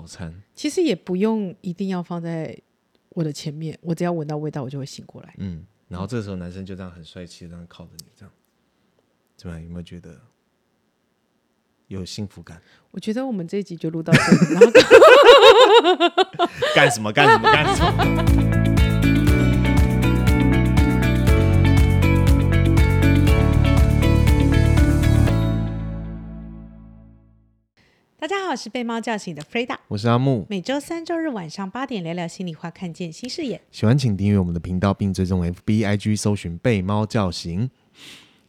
早餐，其实也不用一定要放在我的前面，我只要闻到味道，我就会醒过来。嗯，然后这时候男生就这样很帅气的这样靠着你，这样怎么样？有没有觉得有幸福感？我觉得我们这一集就录到这里，然后 刚干什么？干什么？干什么？大家好，我是被猫叫醒的 Freda， 我是阿木，每周三、周日晚上八点聊聊心里话，看见新视野。喜欢请订阅我们的频道，并追踪 FB、IG，搜寻“被猫叫醒”。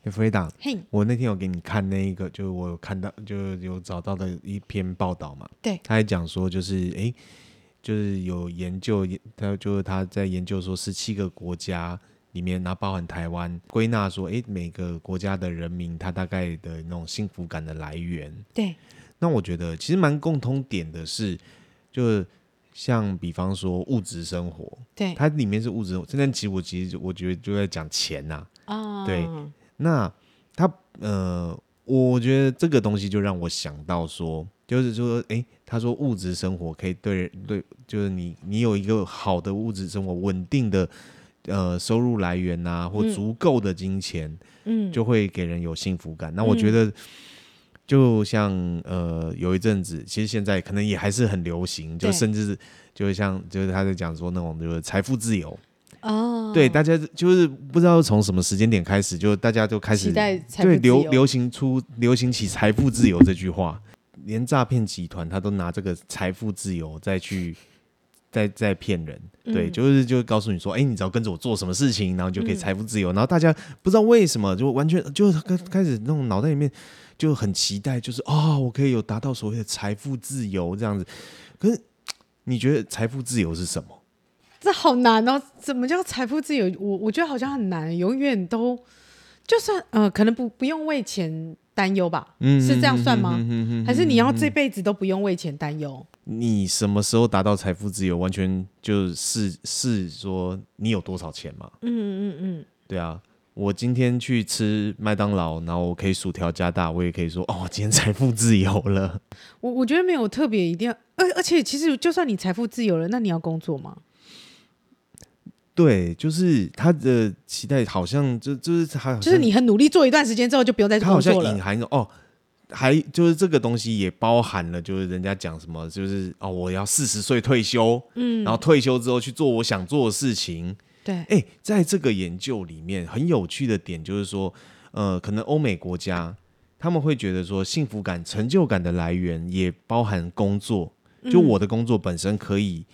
弗瑞达，嘿、我那天有给你看那一个，就是我有看到，就是有找到的一篇报道嘛，对他还讲说，就是诶，就是有研究，他就是他在研究说，十七个国家里面，那包含台湾，归纳说，诶，每个国家的人民他大概的那种幸福感的来源，对，那我觉得其实蛮共通点的是，就像比方说物质生活，对它里面是物质，但其实我其实我觉得就在讲钱呐、啊，对那它呃，我觉得这个东西就让我想到说，就是说，诶，他说物质生活可以对对，就是你你有一个好的物质生活，稳定的呃收入来源呐、或嗯足够的金钱，嗯，就会给人有幸福感。那我觉得，就像呃，有一阵子，其实现在可能也还是很流行，就对甚至就是像就是他在讲说那种就是财富自由，哦，对大家就是不知道从什么时间点开始，就大家就开期始待财富对自流由流行出流行起财富自由这句话，连诈骗集团他都拿这个财富自由再去。再再骗人，对，嗯就是就告诉你说，哎、你只要跟着我做什么事情，然后你就可以财富自由。然后大家不知道为什么，就完全就开开始那种脑袋里面就很期待，就是哦，我可以有达到所谓的财富自由这样子。可是你觉得财富自由是什么？这好难哦！怎么叫财富自由？我我觉得好像很难，永远都就算呃，可能不不用为钱担忧吧？嗯是这样算吗？嗯哼哼还是你要这辈子都不用为钱担忧？你什么时候达到财富自由，完全就是是说你有多少钱嘛？嗯嗯嗯，对啊，我今天去吃麦当劳，然后我可以薯条加大，我也可以说哦，我今天财富自由了。我我觉得没有特别一定要，而而且其实就算你财富自由了，那你要工作吗？对，就是他的期待好像就就是他好像就是你很努力做一段时间之后，就不用再去他好工像作隐了。含着哦。还就是这个东西也包含了，就是人家讲什么，就是哦，我要四十岁退休，嗯，然后退休之后去做我想做的事情，对，哎，在这个研究里面很有趣的点就是说，呃，可能欧美国家他们会觉得说，幸福感、成就感的来源也包含工作。就我的工作本身可以、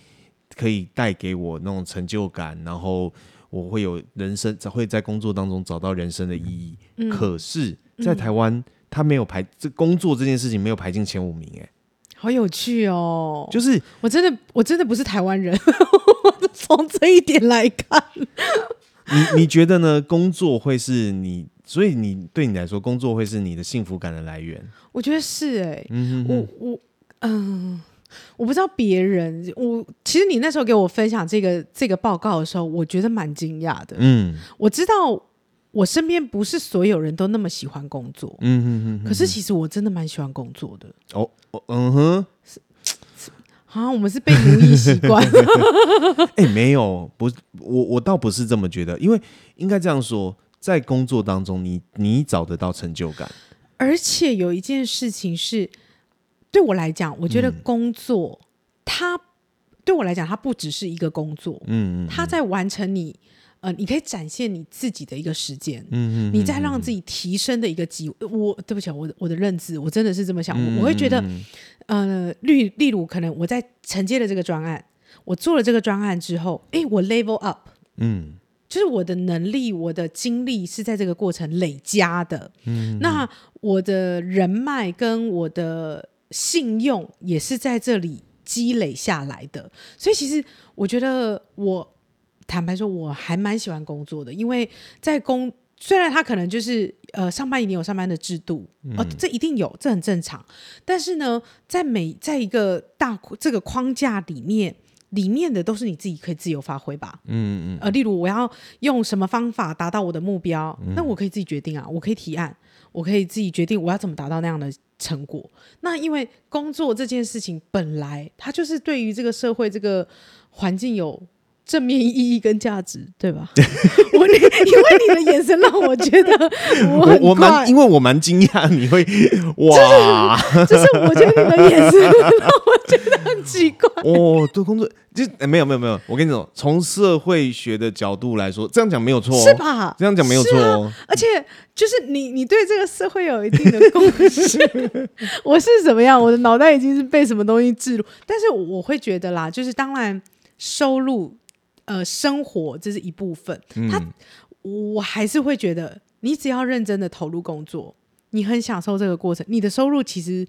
可以带给我那种成就感，然后我会有人生会在工作当中找到人生的意义。可是，在台湾，他没有排这工作这件事情没有排进前五名、哎，好有趣哦！就是我真的我真的不是台湾人， 我从这一点来看，你你觉得呢？工作会是你，所以你对你来说，工作会是你的幸福感的来源。我觉得是哎、嗯哼哼我我嗯、我不知道别人。我其实你那时候给我分享这个这个报告的时候，我觉得蛮惊讶的。嗯我知道我身边不是所有人都那么喜欢工作，嗯哼哼哼，可是其实我真的蛮喜欢工作的。哦哦嗯哼，啊，我们是被奴役习惯。 哎、没有，不，我我倒不是这么觉得，因为应该这样说，在工作当中你，你找得到成就感，而且有一件事情是，对我来讲，我觉得工作、它对我来讲，它不只是一个工作，嗯嗯它在完成你，呃，你可以展现你自己的一个时间，嗯嗯，你在让自己提升的一个机，我对不起，我的我的认知，我真的是这么嗯想，我我会觉得，呃，例例如可能我在承接了这个专案，我做了这个专案之后，诶，我 level up，嗯就是我的能力、我的经历是在这个过程累加的，嗯，那我的人脉跟我的信用也是在这里积累下来的，所以其实我觉得我坦白说，我还蛮喜欢工作的，因为在工虽然他可能就是呃上班一定有上班的制度，哦、嗯这一定有，这很正常。但是呢，在每在一个大这个框架里面，里面的都是你自己可以自由发挥吧。嗯嗯嗯呃，例如我要用什么方法达到我的目标，那我可以自己决定啊，我可以提案，我可以自己决定我要怎么达到那样的成果。那因为工作这件事情本来它就是对于这个社会这个环境有。正面意义跟价值，对 吧？我你因为你的眼神让我觉得我我很我怪蛮，因为我蛮惊讶你会哇就是我觉得你的眼神 让我觉得很奇怪。哦，对工作就、哎没有没有没有，我跟你讲，从社会学的角度来说，这样讲没有错、哦，是吧？这样讲没有错、哦，而且就是你，你对这个社会有一定的贡献。 我是怎么样？我的脑袋已经是被什么东西置入，但是我会觉得啦，就是当然收入，呃，生活这是一部分，嗯他我还是会觉得，你只要认真的投入工作，你很享受这个过程，你的收入其实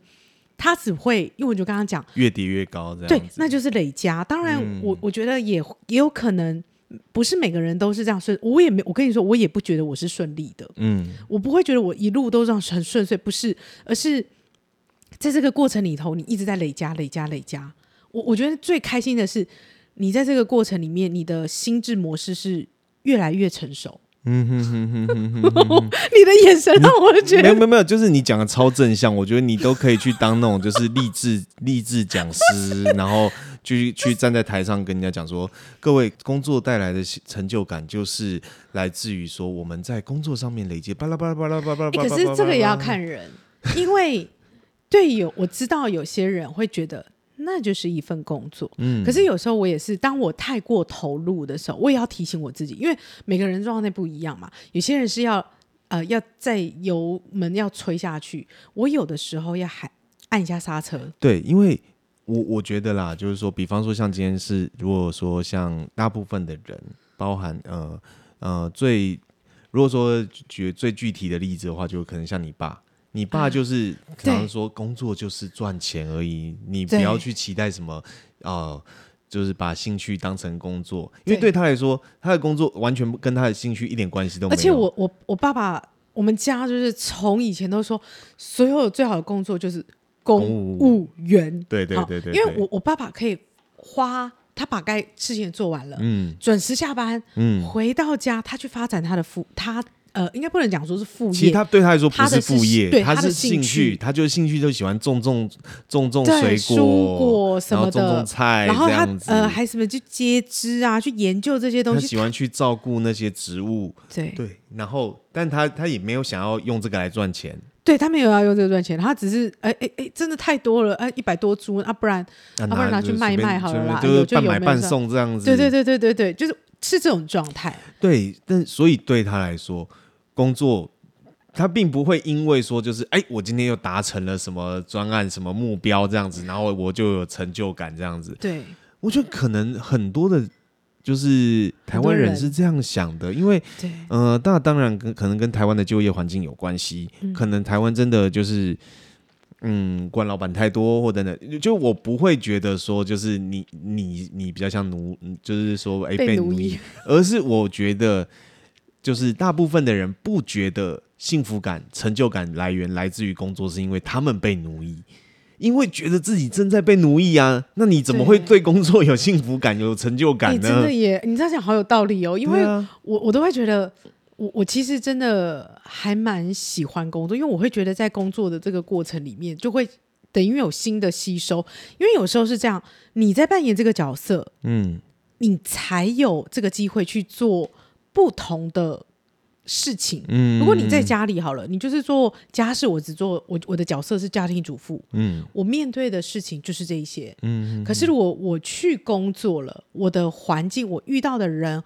它只会，因为我就刚刚讲。越叠越高这样对子，嗯那就是累加。当然我，我、觉得也也有可能，不是每个人都是这样顺。我也没，我跟你说，我也不觉得我是顺利的。嗯我不会觉得我一路都这样很顺遂，不是，而是在这个过程里头，你一直在累加、累加、累加。我我觉得最开心的是，你在这个过程里面，你的心智模式是越来越成熟。嗯哼哼哼哼哼。 你的眼神让我觉没有得没有没有，就是你讲的超正向，我觉得你都可以去当那种就是励志励志讲师，然后去去站在台上跟人家讲说，各位工作带来的成就感就是来自于说我们在工作上面累积巴拉巴拉巴拉巴拉巴拉巴欸拉。可是这个也要，看人，因为对有我知道有些人会觉得那就是一份工作，嗯可是有时候我也是，当我太过投入的时候，我也要提醒我自己，因为每个人状态不一样嘛，有些人是要呃要在油门要吹下去，我有的时候要还按一下刹车，对，因为我我觉得啦，就是说，比方说像今天是，如果说像大部分的人，包含呃呃最，如果说举最具体的例子的话，就可能像你爸。你爸就是嗯对常常说，工作就是赚钱而已，你不对要去期待什么，呃，就是把兴趣当成工作，因为对对他来说，他的工作完全跟他的兴趣一点关系都没有。而且我我我爸爸我们家就是从以前都说，所有最好的工作就是公公务员。对对好对对，因为对我我爸爸可以花他把该事情做完了，嗯准时下班，嗯，回到家他去发展他的副，他呃应该不能讲说是副其实业，他对他来说不他的是副业，对他他的是兴兴趣，趣他就是兴趣就喜欢种种种种对水蔬果果什然后么种的种菜，然后这他样子呃还什么去接枝啊，去研究这些他东西，喜欢去照顾那些植物，对对对，然后但他他也没有想要用这个来赚钱他没有要用这个赚钱，他只是哎哎哎真的太多了，哎一百多株啊，不然啊，不然拿就去随卖便卖好随了便啦就有是就半有买没有半算送这样子，对对对对对对，就是是这种状态，对，但所以对他来说，工作他并不会因为说就是哎，我今天又达成了什么专案、什么目标这样子，然后我就有成就感这样子，对我觉得可能很多的，就是台湾人很多人是这样想的，因为对呃，那当然跟可能跟台湾的就业环境有关系，嗯可能台湾真的就是。嗯，官老板太多或等等，就我不会觉得说就是你你你比较像奴，就是说哎、被被奴奴役役，而是我觉得就是大部分的人不觉得幸福感、成就感来源来自于工作，是因为他们被奴役，因为觉得自己正在被奴役啊。那你怎么会对对工作有幸福感、有成就哎感真呢的？也你这样讲好有道理哦，因为对啊，我我都会觉得，我我其实真的还蛮喜欢工作，因为我会觉得在工作的这个过程里面，就会等于有新的吸收。因为有时候是这样，你在扮演这个角色，嗯，你才有这个机会去做不同的事情。嗯如果你在，家里好了，你就是做家事，我只做我我的角色是家庭主妇，嗯我面对的事情就是这一些。嗯，可是如果我去工作了，我的环境，我遇到的人，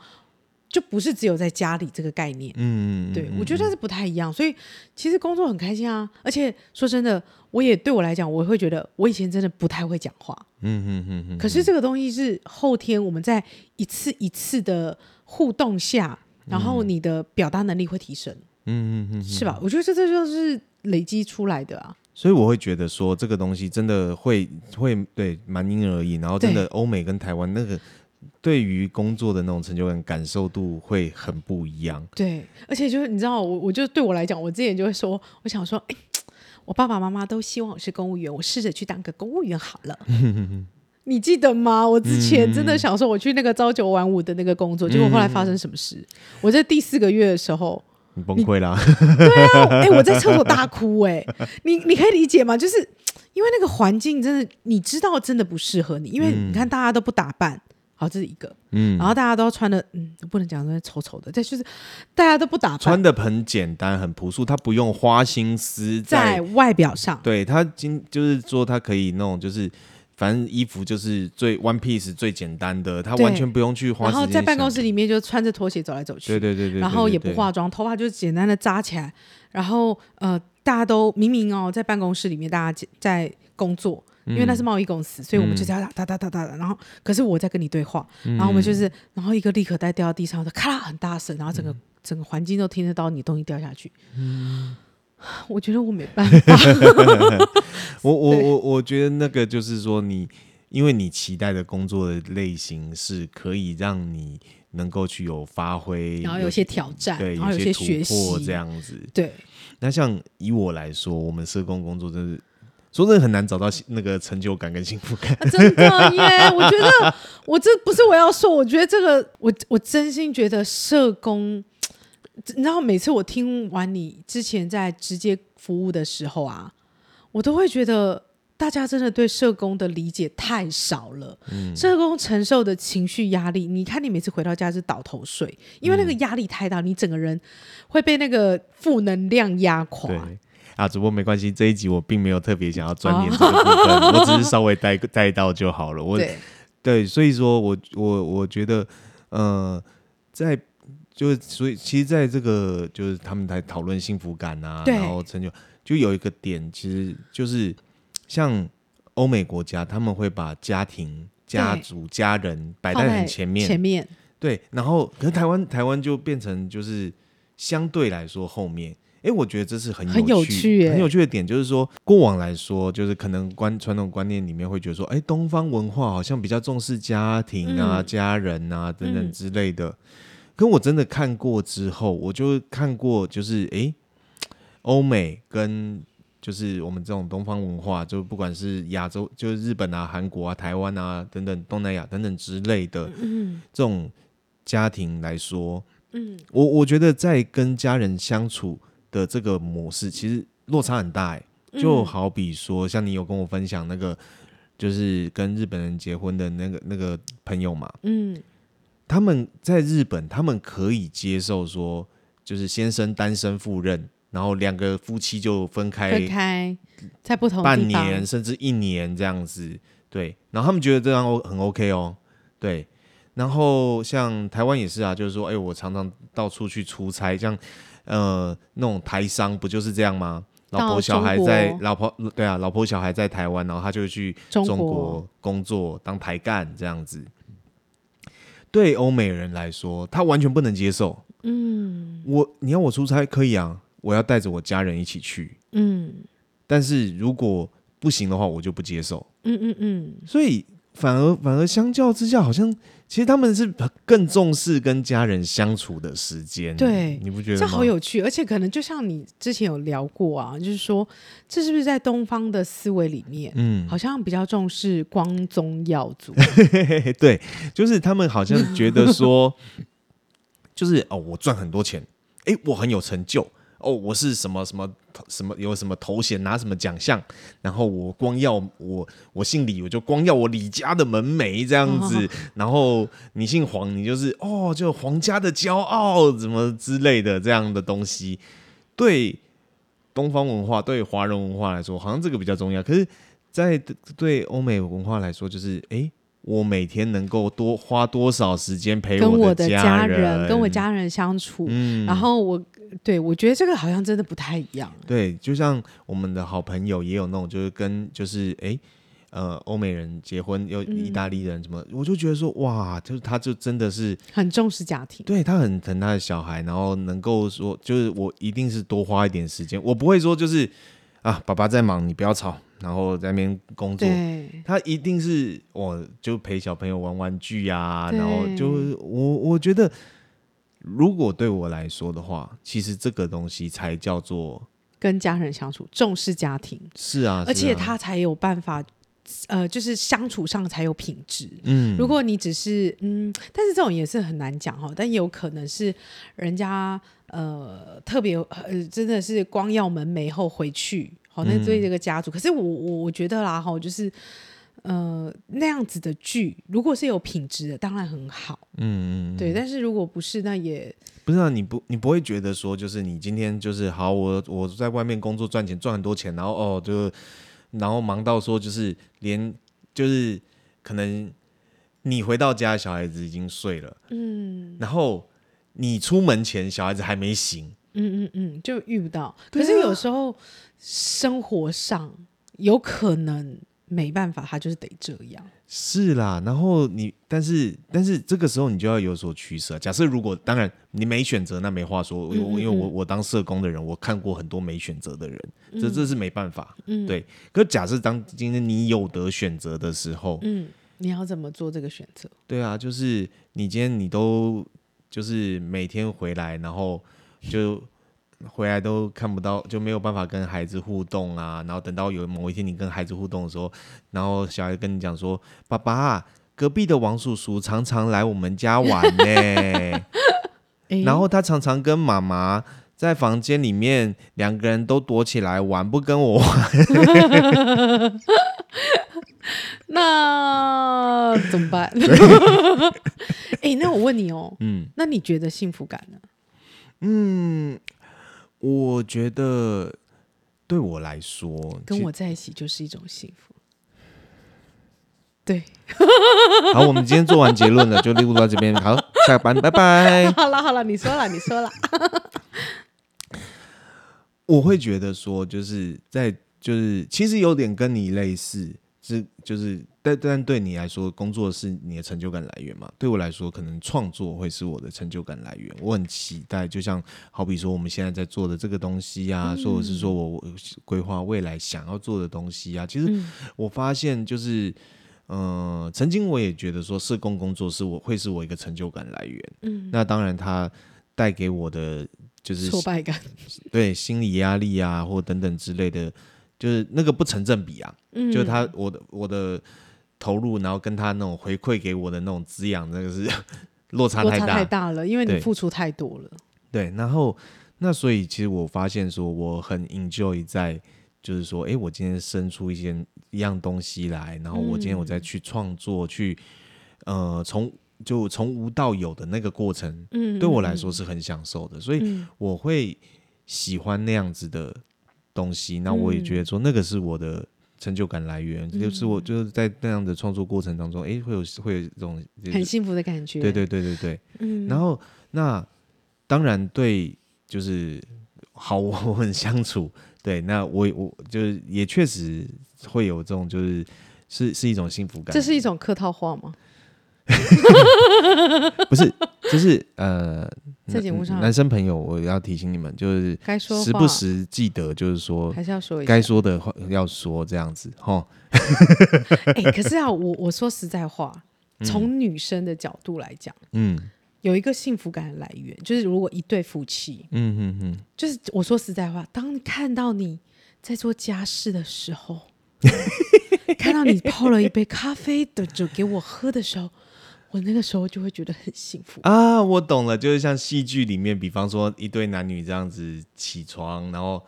就不是只有在家里这个概念。嗯，嗯对，我觉得是不太一样，所以其实工作很开心啊。而且说真的，我也对我来讲，我会觉得我以前真的不太会讲话，嗯嗯嗯嗯，可是这个东西是后天我们在一次一次的互动下，然后你的表达能力会提升，嗯嗯嗯嗯，是吧？我觉得这这就是累积出来的啊。所以我会觉得说这个东西真的会会对蛮因人而异，然后真的欧美跟台湾那个对于工作的那种成就感感受度会很不一样。对，而且就是你知道，我我就对我来讲，我之前就会说，我想说，哎，我爸爸妈妈都希望我是公务员，我试着去当个公务员好了。你记得吗？我之前真的想说，我去那个朝九晚五的那个工作，结果后来发生什么事？我在第四个月的时候，你崩溃 啦，哎、我在厕所大哭、哎，你你可以理解吗？就是因为那个环境真的，你知道真的不适合你，因为你看大家都不打扮，好，这是一个，嗯然后大家都穿的，嗯，不能讲说丑丑的，但就是大家都不打扮穿，的很简单，很朴素，他不用花心思在外表上，对他今就是说他可以那种就是。反正衣服就是最 one piece 最简单的，他对完全不用去花然时间。后在办公，室里面就穿着拖鞋走来走去，对对对对对，然后也对不，化妆，头发就简单的扎起来，然后呃，大家都明明哦，在办公室里面大家在工作，因为那嗯是贸易公司，所以我们就是要哒哒哒哒哒哒，然后可是我在跟你对话，然后我们嗯就是，然后一个立可带掉到地上，咔啦很大声，然后整个、整个环境都听得到你东西掉下去，嗯 我觉得我没 办法，对我我对我我觉得那个就是说你，因为你期待的工作的类型是可以让你能够去有发挥，然后有些挑战，对，然后有些学突破习，这样子。对，那像以我来说，我们社工工作真是说真的很难找到幸那个成就感跟幸福 感。啊真的耶！我觉得我这不是我要说，我觉得这个我我真心觉得社工，你知道每次我听完你之前在直接服务的时候啊，我都会觉得大家真的对社工的理解太少了。嗯社工承受的情绪压力，你看你每次回到家是倒头睡，因为那个压力太大，你整个人会被那个负能量压垮。对啊，只不过没关系，这一集我并没有特别想要哦钻研这个部分，我只是稍微带带到就好了。我对对，所以说我我我觉得，呃，在就是所以其实在这个就是他们在讨论幸福感啊，对然后成就，就有一个点，其实就是像欧美国家，他们会把家庭、家对族、家人摆放在在很前面，前面对，然后可是台湾台湾就变成就是相对来说后面，哎，我觉得这是很很有趣趣耶很有趣的点，就是说过往来说，就是可能观传统观念里面会觉得说，哎，东方文化好像比较重视家庭啊、嗯家人啊等等嗯之类的。可我真的看过之后，我就看过就是哎，欧美跟。就是我们这种东方文化，就不管是亚洲，就是日本啊、韩国啊、台湾啊等等、东南亚等等之类的，这种家庭来说，嗯，我我觉得在跟家人相处的这个模式，其实落差很大、欸。就好比说，像你有跟我分享那个，就是跟日本人结婚的那个那个朋友嘛，嗯。他们在日本，他们可以接受说，就是先生单身赴任，然后两个夫妻就分分开开，在不同半地方年甚至一年这样子，对。然后他们觉得这样 O 很 OK 哦，对。然后像台湾也是啊，就是说，哎，我常常到处去出差，像呃那种台商不就是这样吗？老到婆小孩中国在老婆对啊，老婆小孩在台湾，然后他就去中中国工作当台干这样子。对欧美人来说，他完全不能接受。嗯，我你要我出差可以啊，我要带着我家人一起去。嗯但是如果不行的话，我就不接受。嗯嗯嗯，所以反而反而相较之下，好像其实他们是更重视跟家人相处的时间。对你不觉得这吗？好有趣，而且可能就像你之前有聊过啊，就是说这是不是在东方的思维里面，嗯，哎好像比较重视光宗耀 祖，嘿嘿嘿， 对，就是他们好像觉得说， 就是哦，我赚很多钱，诶，我很有成就，哦，我是什么什么什么有什么头衔，拿什么奖项，然后我光耀我我姓李，我就光耀我李家的门楣这样 子，然后你姓黄，你就是哦，就皇家的骄傲，怎么之类的这样的东西，对。东方文化对华人文化来说，好像这个比较重要。可是，在对欧美文化来说，就是诶。我每天能够多花多少时间陪跟我的的家人，跟我家人相处，嗯然后我对我觉得这个好像真的不太一样，对，就像我们的好朋友也有那种，就是跟就是诶呃，欧美人结婚，又嗯意大利人什么，我就觉得说哇，就是他就真的是很重视家庭，对他很疼他的小孩，然后能够说就是我一定是多花一点时间，我不会说就是啊，爸爸在忙，你不要吵，然后在那边工作，对，他一定是我就陪小朋友玩玩具啊，对然后就我我觉得，如果对我来说的话，其实这个东西才叫做跟家人相处，重视家庭，是啊，而且他他才有办法呃，就是相处上才有品质。嗯，如果你只是嗯，但是这种也是很难讲哈，但也有可能是人家呃特别呃真的是光耀门楣后回去，好嗯那对这个家族。可是我我我觉得啦哈，就是呃那样子的剧，如果是有品质的，当然很好，嗯嗯，对。但是如果不是，那也不是啊，你不你不会觉得说，就是你今天就是好，我我在外面工作赚钱赚很多钱，然后哦就然后忙到说就是连就是可能你回到家小孩子已经睡了，嗯然后你出门前小孩子还没醒，嗯嗯嗯就遇不到。对可啊是有时候生活上有可能没办法，他就是得这样。是啦，然后你，但是但是这个时候你就要有所取舍。假设如果当然你没选择，那没话说。我我因为我我当社工的人，我看过很多没选择的人，这这是没办法。嗯对。可假设当今天你有得选择的时候，嗯，你要怎么做这个选择？对啊，就是你今天你都就是每天回来，然后就回来都看不到，就没有办法跟孩子互动啊。然后等到有某一天你跟孩子互动的时候，然后小孩跟你讲说：“爸爸，隔壁的王叔叔常常来我们家玩呢、 诶然后他常常跟妈妈。”在房间里面，两个人都躲起来玩，不跟我玩。 那怎么 办？哎、那我问你哦，嗯那你觉得幸福感呢？嗯，我觉得对我来说，跟其我在一起就是一种幸福。 对，好，我们今天做完结论了，就录到这边。好，下班，拜拜。好了好了，你说了你说了，我会觉得说，就是在就是其实有点跟你类似，是就是但但对你来说，工作是你的成就感来源嘛？对我来说，可能创作会是我的成就感来源。我很期待，就像好比说我们现在在做的这个东西啊，或者是嗯说我我规划未来想要做的东西啊，其实嗯我发现就是。嗯、曾经我也觉得说，社工工作是我会是我一个成就感来源。嗯，那当然，它带给我的 就是挫败感，对心理压力啊，或等等之类的，就是那个不成正比啊。嗯，就是他我的我的投入，然后跟他那种回馈给我的那种滋养，那个是 落差落太差大。太大了，因为你对付出太多了。对，然后那所以其实我发现说，我很 enjoy 在就是说，诶，我今天生出一些一样东西来，然后我今天我再嗯去创作，去呃从就从无到有的那个过程，嗯，对我来说是很享受的，所以嗯，我会喜欢那样子的东西，嗯那我也觉得说那个是我的成就感来源，就是我就是在那样的创作过程当中，诶，会有会有这种嗯很幸福的感觉。对，对对对对，嗯，然后那当然对，就是好 我我很相处，对，那我我就是也确实会有这种就是是是一种幸福感，这是一种客套话吗？不是就是呃，在节目上男生朋友我要提醒你们，就是该说话时不时记得就是说还是要说一下该。说的话要说这样子哈，哎、可是啊，我我说实在话，从女生的角度来讲。嗯有一个幸福感的来源，就是如果一对夫妻，嗯嗯嗯，就是我说实在话，当看到你在做家事的时候，看到你泡了一杯咖啡等着给我喝的时候，我那个时候就会觉得很幸福。啊，我懂了，就是像戏剧里面，比方说一对男女这样子起床，然后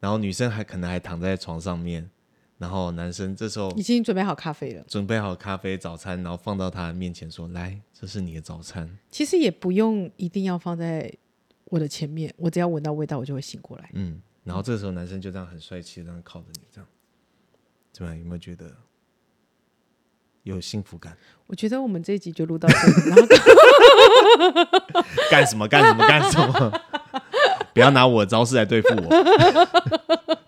然后女生还可能还躺在床上面，然后男生这时候已经准备好咖啡了，准备好咖啡早餐，然后放到他面前说：“来，这是你的早餐。其实也不用一定要放在我的前面，我只要闻到味道，我就会醒过来”。嗯，然后这时候男生就这样很帅气的这样靠着你，这样怎么样？有没有觉得有幸福感？我觉得我们这一集就录到这里，然后 干什么？干什么？干什么？ 不要拿我的招式来对付我。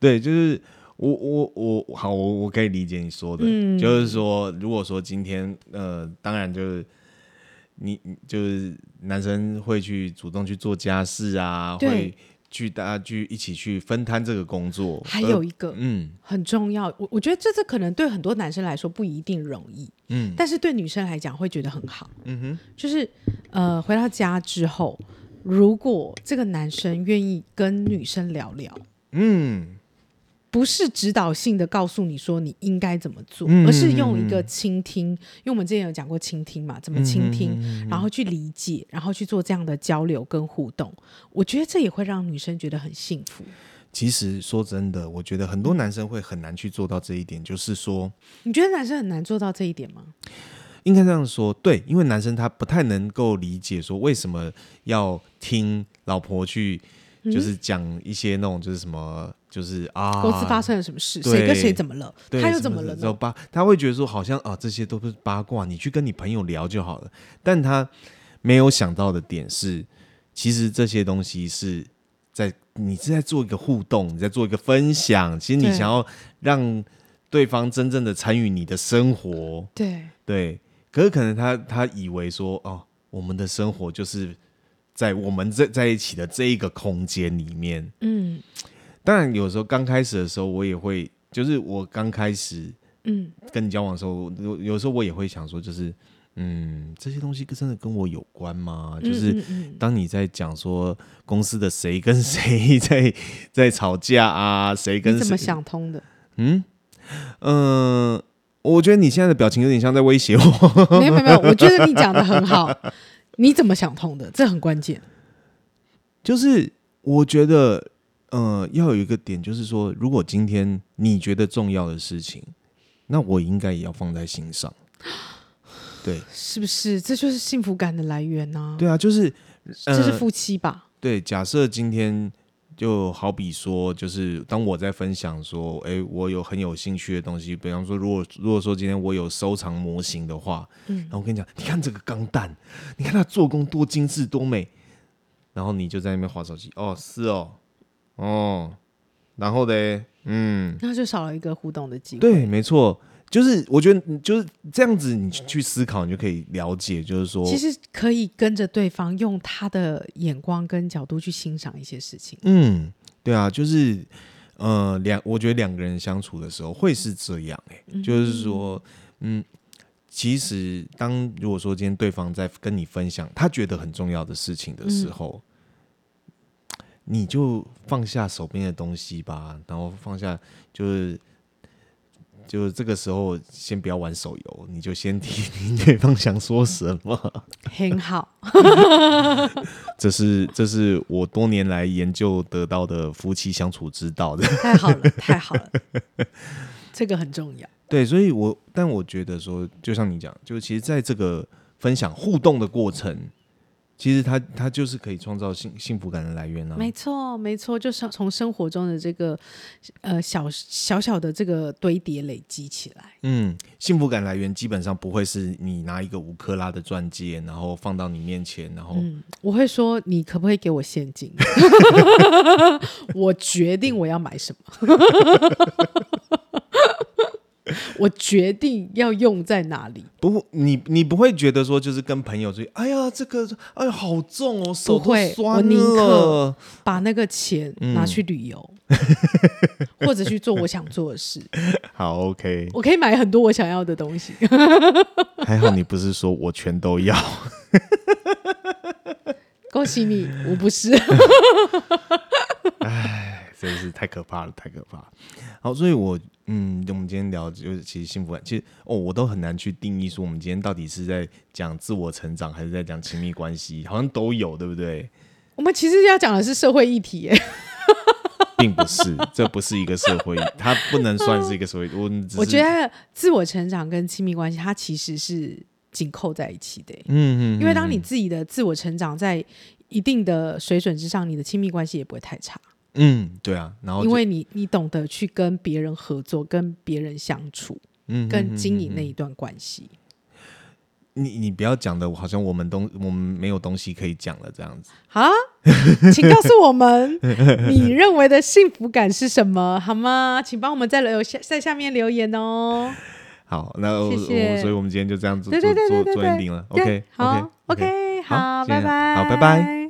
对，就是我我我好，我我可以理解你说的，嗯就是说，如果说今天呃，当然就是你你就是男生会去主动去做家事啊，对会去大家去一起去分摊这个工作，还而有一个嗯很重要，我我觉得这这可能对很多男生来说不一定容易，嗯但是对女生来讲会觉得很好。嗯哼就是呃，回到家之后，如果这个男生愿意跟女生聊聊，嗯不是指导性的告诉你说你应该怎么做，嗯嗯而是用一个倾听，因为我们之前有讲过倾听嘛，怎么倾听，然后去理解，然后去做这样的交流跟互动，我觉得这也会让女生觉得很幸福。其实说真的，我觉得很多男生会很难去做到这一点，就是说，你觉得男生很难做到这一点吗？应该这样说，对，因为男生他不太能够理解说为什么要听老婆去，就是讲一些那种就是什么，就是啊，公司发生了什么事？对谁跟谁怎么了？对他又什怎么了什呢？八，他会觉得说好像啊，这些都是八卦，你去跟你朋友聊就好了。但他没有想到的点是，其实这些东西是在你是在做一个互动，你在做一个分享。其实你对想要让对方真正的参与你的生活，对，对。可是可能他他以为说哦，我们的生活就是在我们在在一起的这一个空间里面，嗯当然，有时候刚开始的时候，我也会，就是我刚开始嗯，跟你交往的时候，有有时候我也会想说，就是嗯，这些东西真的跟我有关吗？就是嗯嗯当你在讲说公司的谁跟谁 在在吵架啊，谁嗯你跟怎么谁，想 通的？嗯、我觉得你现在的表情有点像在威胁我。没有没有没有，我觉得你讲的很好。 你怎么想通的？这很关键。就是我觉得，呃，要有一个点，就是说，如果今天你觉得重要的事情，那我应该也要放在心上。对是不是？这就是幸福感的来源呐、对啊，就是这是呃夫妻吧？对。假设今天就好比说，就是当我在分享说，诶，我有很有兴趣的东西，比方说，如果如果说今天我有收藏模型的话，嗯然后我跟你讲，你看这个钢弹，你看它做工多精致多美，然后你就在那边划手机，哦，是哦，哦，然后嘞，嗯，那就少了一个互动的机会。对，没错。就是我觉得嗯就是这样子，你去思考，你就可以了解，就是说，其实可以跟着对方，用他的眼光跟角度去欣赏一些事情。嗯，对啊，就是呃，两我觉得两个人相处的时候会是这样、欸，就是说，嗯，其实当如果说今天对方在跟你分享他觉得很重要的事情的时候，你就放下手边的东西吧，然后放下就是。就是这个时候，先不要玩手游，你就先 听听对方想说什么。很好， 这是这是我多年来研究得到的夫妻相处之道的。太好了，太好了， 这个很重要。对，所以我但我觉得说，就像你讲，就其实在这个分享互动的过程，其实它它就是可以创造幸幸福感的来源啊。没错，没错，就是从生活中的这个呃小小小的这个堆叠累积起来。嗯，幸福感来源基本上不会是你拿一个五克拉的钻戒，然后放到你面前，然后、嗯，我会说，你可不可以给我现金？ 我决定我要买什么， 我决定要用在哪里。不会，你你不会觉得说就是跟朋友说，哎呀，这个哎呀好重哦，手不都会我酸宁可 了。把那个钱拿去旅游，或者去做我想做的事。好，OK，我可以买很多我想要的东西。 还好你不是说我全都要。恭喜你，我不是。 真是太可怕了，太可怕了。好，所以我嗯，我们今天聊就是其实幸福感，其实哦，我都很难去定义说我们今天到底是在讲自我成长，还是在讲亲密关系，好像都有，对不对？我们其实要讲的是社会议题耶，并不是，这不是一个社会，它不能算是一个社会。我们只是我觉，得自我成长跟亲密关系，它其实是紧扣在一起的耶。欸嗯嗯，因为当你自己的自我成长在一定的水准之上，你的亲密关系也不会太差，嗯，对啊，然后就因为你你懂得去跟别人合作、跟别人相处、嗯，嗯跟经营那一段关系。你你不要讲的，好像我们东我们没有东西可以讲了这样子。啊，嗯请告诉 我们你认为的幸福感是什么，好吗？请帮我们在留下在下面留言哦。好，那我谢谢我所以我们今天就这样做对对对对做对做对 ending 了。对 OK 好 OK OK，好好，今天拜拜，好拜拜。